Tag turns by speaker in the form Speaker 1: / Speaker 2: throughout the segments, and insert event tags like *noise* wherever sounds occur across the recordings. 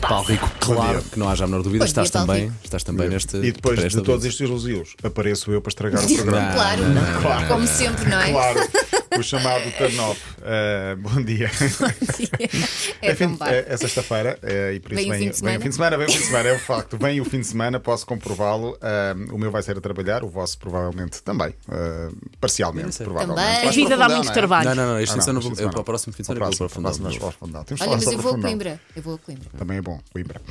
Speaker 1: Paulo Rico, claro
Speaker 2: dia.
Speaker 1: que não haja a menor
Speaker 3: Bom
Speaker 1: dúvida,
Speaker 3: dia,
Speaker 1: estás
Speaker 3: Paulo
Speaker 1: também,
Speaker 3: Rico.
Speaker 1: estás também neste.
Speaker 2: E depois
Speaker 1: Eh, para
Speaker 2: de
Speaker 1: esta
Speaker 2: todos
Speaker 1: vez.
Speaker 2: estes elogios, apareço eu para estragar o programa.
Speaker 3: Claro,
Speaker 1: não, não,
Speaker 2: claro.
Speaker 3: como sempre, não é? *laughs*
Speaker 2: Claro, o chamado turn off. Eh, bom dia.
Speaker 3: É
Speaker 2: fim-
Speaker 3: bombar.
Speaker 2: é- é sexta-feira eh, e por isso
Speaker 3: Vem o
Speaker 2: vem,
Speaker 3: fim de
Speaker 2: vem
Speaker 3: semana.
Speaker 2: o fim de semana. Vem o fim de semana,
Speaker 3: *laughs*
Speaker 2: é um facto. Vem o fim de semana, posso comprová-lo. Ah, o meu vai ser a trabalhar, o vosso provavelmente também. ah, parcialmente, provavelmente.
Speaker 3: Também.
Speaker 2: Vais
Speaker 3: A vida dá
Speaker 2: aprofundar,
Speaker 4: muito
Speaker 2: não é?
Speaker 4: trabalho.
Speaker 1: Não, não, não, este fim de
Speaker 2: Ah,
Speaker 1: semana vou-
Speaker 2: este
Speaker 1: eu para o próximo fim de semana
Speaker 2: Para o
Speaker 1: vou
Speaker 2: próximo, para o próximo
Speaker 1: aprofundar.
Speaker 2: vais aprofundar. Temos de
Speaker 3: Olha,
Speaker 2: falar
Speaker 3: mas eu
Speaker 2: sobre
Speaker 3: vou a
Speaker 2: Fundão.
Speaker 3: Coimbra. Eu vou a Coimbra.
Speaker 2: Também é bom, Coimbra.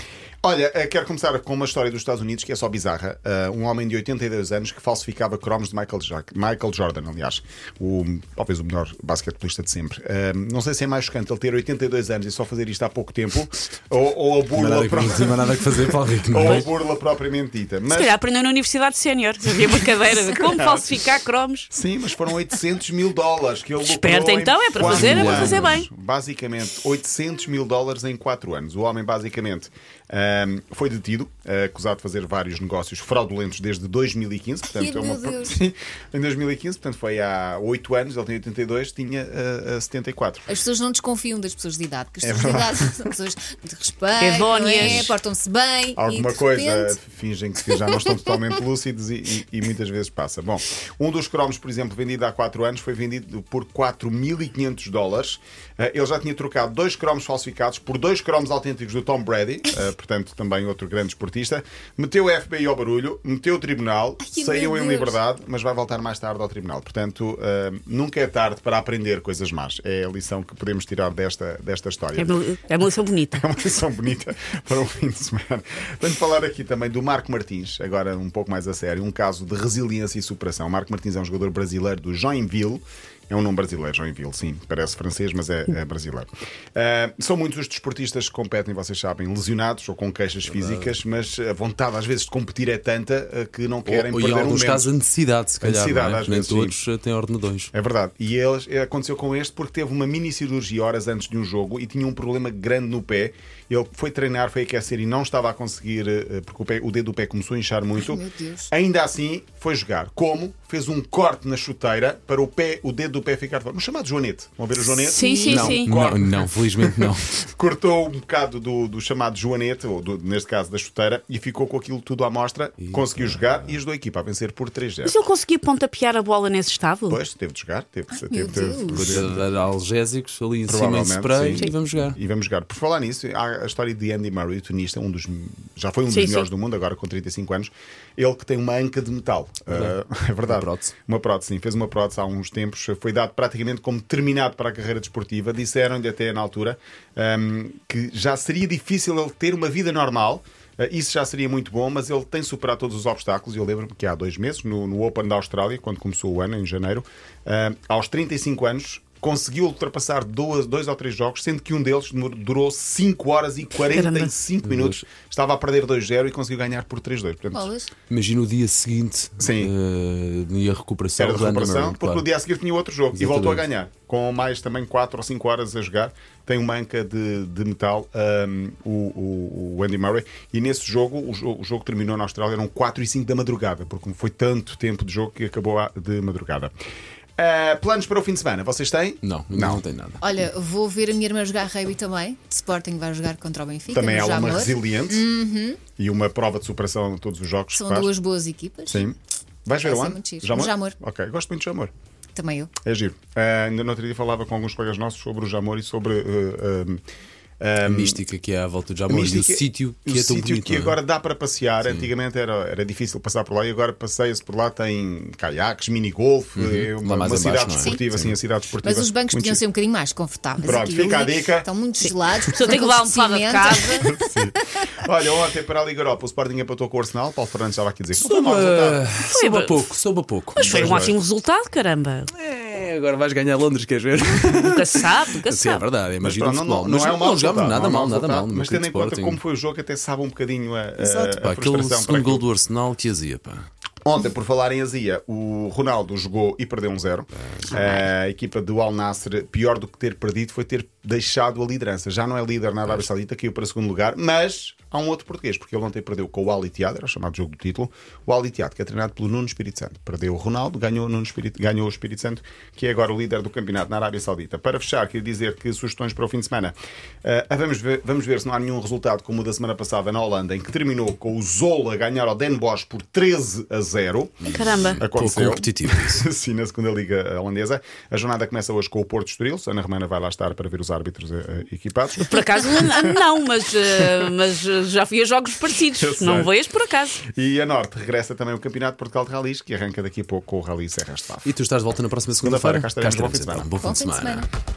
Speaker 2: Olha, eh, quero começar com uma história dos Estados Unidos que é só bizarra. Eh, Um homem de 82 anos que falsificava cromos de Michael, Jack- Michael Jordan, aliás, o, talvez o melhor basquetebolista de sempre. Eh, Não sei se é mais chocante ele ter 82 anos e só fazer isto há pouco tempo *laughs* ou, ou
Speaker 1: Não há nada
Speaker 2: a burla
Speaker 1: que- Não
Speaker 2: própria.
Speaker 1: há nada que fazer, Paulo Rico. não
Speaker 2: *laughs* Ou a
Speaker 1: é?
Speaker 2: burla propriamente dita.
Speaker 4: Se
Speaker 2: Mas,
Speaker 4: calhar aprendeu na Universidade Sénior. Havia uma cadeira de como falsificar cromos.
Speaker 2: sim, mas foram 800 mil dólares que ele lucrou
Speaker 4: Esperta,
Speaker 2: em
Speaker 4: então, é para
Speaker 2: quatro
Speaker 4: fazer, é para fazer
Speaker 2: anos.
Speaker 4: bem.
Speaker 2: Basicamente, 800 mil dólares em 4 anos. O homem, basicamente, ahm, foi detido, ah, acusado de fazer vários negócios fraudulentos desde 2015. Portanto, é
Speaker 3: Ai, meu Deus.
Speaker 2: *laughs* Sim, em 2015, portanto, foi há 8 anos, ele tem 82, tinha ah, ah, 74.
Speaker 3: As pessoas não desconfiam das pessoas de idade, porque
Speaker 2: É
Speaker 3: as pessoas de idade são pessoas de respeito, não é?
Speaker 4: Edónias.
Speaker 3: portam-se bem.
Speaker 2: Alguma
Speaker 3: e de
Speaker 2: coisa eh,
Speaker 3: repente-
Speaker 2: fingem que já não estão totalmente lúcidos e, e- e muitas vezes passa. Bom, um dos cromos, por exemplo, vendido há 4 anos, foi vendido por 4.500 dólares. Ah, ele já tinha trocado dois cromos falsificados por dois cromos autênticos do Tom Brady, ah, portanto, também outro grande esportista. Meteu o FBI ao barulho, meteu o tribunal,
Speaker 3: Ai, meu
Speaker 2: saiu em
Speaker 3: Deus.
Speaker 2: liberdade, mas vai voltar mais tarde ao tribunal. Portanto, ah, nunca é tarde para aprender coisas más. É a lição que podemos tirar desta, desta história.
Speaker 4: É uma, é uma lição bonita.
Speaker 2: É uma lição bonita para um fim de semana. Tenho de falar aqui também do Marco Martins, agora um pouco mais a sério, um caso de resiliência e superação. O Marco Martins é um jogador brasileiro do Joinville. É um nome brasileiro, Joinville, sim. Parece francês, mas é, é brasileiro. Ah, são muitos os desportistas que competem, vocês sabem, lesionados ou com queixas físicas, mas a vontade às vezes de competir é tanta ah, que não querem
Speaker 1: Ou, ou em
Speaker 2: perder um
Speaker 1: alguns
Speaker 2: momento.
Speaker 1: casos, a necessidade, se calhar.
Speaker 2: necessidade,
Speaker 1: não é?
Speaker 2: às
Speaker 1: Nem
Speaker 2: vezes,
Speaker 1: todos eh, têm ordenadores.
Speaker 2: É verdade. E eles, aconteceu com este porque teve uma mini cirurgia horas antes de um jogo e tinha um problema grande no pé. Ele foi treinar, foi aquecer e não estava a conseguir, eh, porque o, pé- o dedo do pé começou a inchar muito.
Speaker 3: Ai, meu Deus.
Speaker 2: Ainda assim, foi jogar. Como? Fez um corte na chuteira para o pé, o dedo do pé ficar de fora. Um chamado Joanete. Vão ver o Joanete?
Speaker 4: Sim, sim,
Speaker 2: Não.
Speaker 4: sim.
Speaker 2: Claro.
Speaker 1: Não, não, felizmente não.
Speaker 2: Cortou um bocado do, do chamado Joanete, ou do- neste caso da chuteira, e ficou com aquilo tudo à mostra. Conseguiu jogar e ajudou a equipa a vencer por 3-0.
Speaker 4: Mas ele conseguia pontapear a bola nesse estado?
Speaker 2: Depois teve de jogar, teve, de- teve,
Speaker 3: meu
Speaker 2: de-
Speaker 3: Deus.
Speaker 2: teve de-
Speaker 1: Coisa de dar Analgésicos ali em cima em
Speaker 2: Provavelmente,
Speaker 1: spray
Speaker 2: sim.
Speaker 1: e vamos jogar.
Speaker 2: E vamos jogar. Por falar nisso, há a história de Andy Murray, o tenista, um dos, já foi um
Speaker 4: Sim,
Speaker 2: dos melhores
Speaker 4: sim.
Speaker 2: do mundo, agora com 35 anos. Ele que tem uma anca de metal. Ah, *laughs* é verdade.
Speaker 1: Uma prótese.
Speaker 2: Uma prótese, sim. Fez uma prótese há uns tempos. Foi dado praticamente como terminado para a carreira desportiva. Disseram-lhe até na altura ahm, que já seria difícil ele ter uma vida normal. Ah, Isso já seria muito bom, mas ele tem superado todos os obstáculos. Eu lembro-me que há dois meses, no, no Open da Austrália, quando começou o ano, em janeiro, ahm, aos 35 anos, conseguiu ultrapassar duas, dois ou três jogos, sendo que um deles demor- durou 5 horas e 45 minutos. Estava a perder 2-0 e conseguiu ganhar por 3-2. Portanto,
Speaker 3: Bolas.
Speaker 1: Imagina o dia seguinte
Speaker 2: Sim.
Speaker 1: eh, e a recuperação
Speaker 2: era de
Speaker 1: do Andy
Speaker 2: recuperação,
Speaker 1: Murray,
Speaker 2: porque
Speaker 1: claro.
Speaker 2: no dia a seguir tinha outro jogo e
Speaker 1: Exatamente.
Speaker 2: voltou a ganhar. Com mais também 4 ou 5 horas a jogar, tem uma anca de, de metal um, o, o- o Andy Murray. E nesse jogo, o, jo- o jogo terminou na Austrália, eram 4 e 5 da madrugada, porque foi tanto tempo de jogo que acabou à- de madrugada. Ah, planos para o fim de semana, vocês têm?
Speaker 1: Não, não, não tem nada.
Speaker 3: Olha, vou ver a minha irmã jogar rugby também. Sporting vai jogar contra o Benfica.
Speaker 2: Também
Speaker 3: no
Speaker 2: ela é uma
Speaker 3: Jamor.
Speaker 2: resiliente e uma prova de superação em todos os jogos
Speaker 3: Uhum. São
Speaker 2: que faz.
Speaker 3: duas boas equipas.
Speaker 2: Sim. Vais ver
Speaker 3: Vai
Speaker 2: o
Speaker 3: ser
Speaker 2: ano?
Speaker 3: muito giro.
Speaker 2: Jamor?
Speaker 3: Jamor.
Speaker 2: Ok, gosto muito de Jamor.
Speaker 3: Também eu.
Speaker 2: É giro. Ah, Ainda no outro dia falava com alguns colegas nossos sobre o Jamor e sobre. ah, ah, ah,
Speaker 1: A mística que é à volta de Jamor e o
Speaker 2: mística-
Speaker 1: sítio que
Speaker 2: o
Speaker 1: é tão
Speaker 2: sítio
Speaker 1: bonito.
Speaker 2: que
Speaker 1: não é?
Speaker 2: agora dá para passear. Antigamente era, era difícil passar por lá e agora passeia-se por lá. Tem caiaques, mini-golf, é uma,
Speaker 1: Uhum. Lá mais
Speaker 2: uma
Speaker 1: abaixo,
Speaker 2: cidade
Speaker 1: não é?
Speaker 2: desportiva.
Speaker 1: Sim.
Speaker 2: Sim, a cidade desportiva. é
Speaker 3: Mas os bancos
Speaker 2: Muito
Speaker 3: podiam
Speaker 2: giro.
Speaker 3: ser um bocadinho mais confortáveis.
Speaker 2: Pronto,
Speaker 3: Aquilo
Speaker 2: fica a dica.
Speaker 3: Estão muito gelados.
Speaker 4: Só tem que levar um pá de casa.
Speaker 2: Olha, ontem para a Liga Europa, o Sporting empatou com o Arsenal. Paulo Fernandes estava aqui a dizer que foi um
Speaker 1: Soube,
Speaker 2: mau resultado.
Speaker 1: soube a
Speaker 4: bem.
Speaker 1: pouco, soube a pouco.
Speaker 4: Mas foi um ótimo resultado, caramba.
Speaker 1: É, agora vais ganhar Londres, queres ver?
Speaker 4: Nunca se sabe, nunca se
Speaker 1: Sim, é
Speaker 4: sabe.
Speaker 1: verdade,
Speaker 2: Mas
Speaker 1: imagina o
Speaker 2: pronto,
Speaker 1: futebol.
Speaker 2: não, não,
Speaker 1: mas
Speaker 2: é um mau
Speaker 1: jogámos
Speaker 2: resultado,
Speaker 1: nada
Speaker 2: não é um
Speaker 1: mal,
Speaker 2: mau
Speaker 1: nada mal.
Speaker 2: resultado,
Speaker 1: no
Speaker 2: Mas
Speaker 1: meu
Speaker 2: tendo em
Speaker 1: querido
Speaker 2: conta
Speaker 1: Sporting.
Speaker 2: como foi o jogo, até sabe um bocadinho a, a,
Speaker 3: Exato.
Speaker 2: a
Speaker 1: Pá, aquele
Speaker 2: frustração para
Speaker 1: segundo gol
Speaker 2: aquilo.
Speaker 1: do Arsenal que azia, pá.
Speaker 2: Ontem, por falar em Azia, o Ronaldo jogou e perdeu um zero. Eh, a equipa do Al Nasser, pior do que ter perdido, foi ter deixado a liderança. Já não é líder na Arábia Saudita, caiu para segundo lugar, mas há um outro português, porque ele ontem perdeu com o Aliteado, era chamado jogo do título, o Aliteado, que é treinado pelo Nuno Espírito Santo. Perdeu o Ronaldo, ganhou o, Nuno Espírito, ganhou o Espírito Santo, que é agora o líder do campeonato na Arábia Saudita. Para fechar, queria dizer que sugestões para o fim de semana. Ah, vamos, ver, vamos ver se não há nenhum resultado como o da semana passada na Holanda, em que terminou com o Zola a ganhar ao Den Bosch por 13 a 0.
Speaker 4: Caramba.
Speaker 1: Pouco
Speaker 2: Aconteceu.
Speaker 1: competitivo isso.
Speaker 2: *laughs* Sim, na segunda liga holandesa. A jornada começa hoje com o Porto Estoril. Ana Romana vai lá estar para ver os árbitros eh, equipados.
Speaker 4: Por acaso n- não, mas, eh, mas eh, já fui a jogos
Speaker 2: Eu
Speaker 4: parecidos.
Speaker 2: sei.
Speaker 4: Não veias por acaso.
Speaker 2: E a Norte regressa também o Campeonato de Portugal de Ralis, que arranca daqui a pouco com o Rally Serra Estava.
Speaker 1: E tu estás de volta na próxima
Speaker 2: Segunda-feira,
Speaker 1: segunda-feira?
Speaker 2: cá estaremos. Bom fim de
Speaker 1: então.
Speaker 2: semana.
Speaker 1: Bom fim de semana.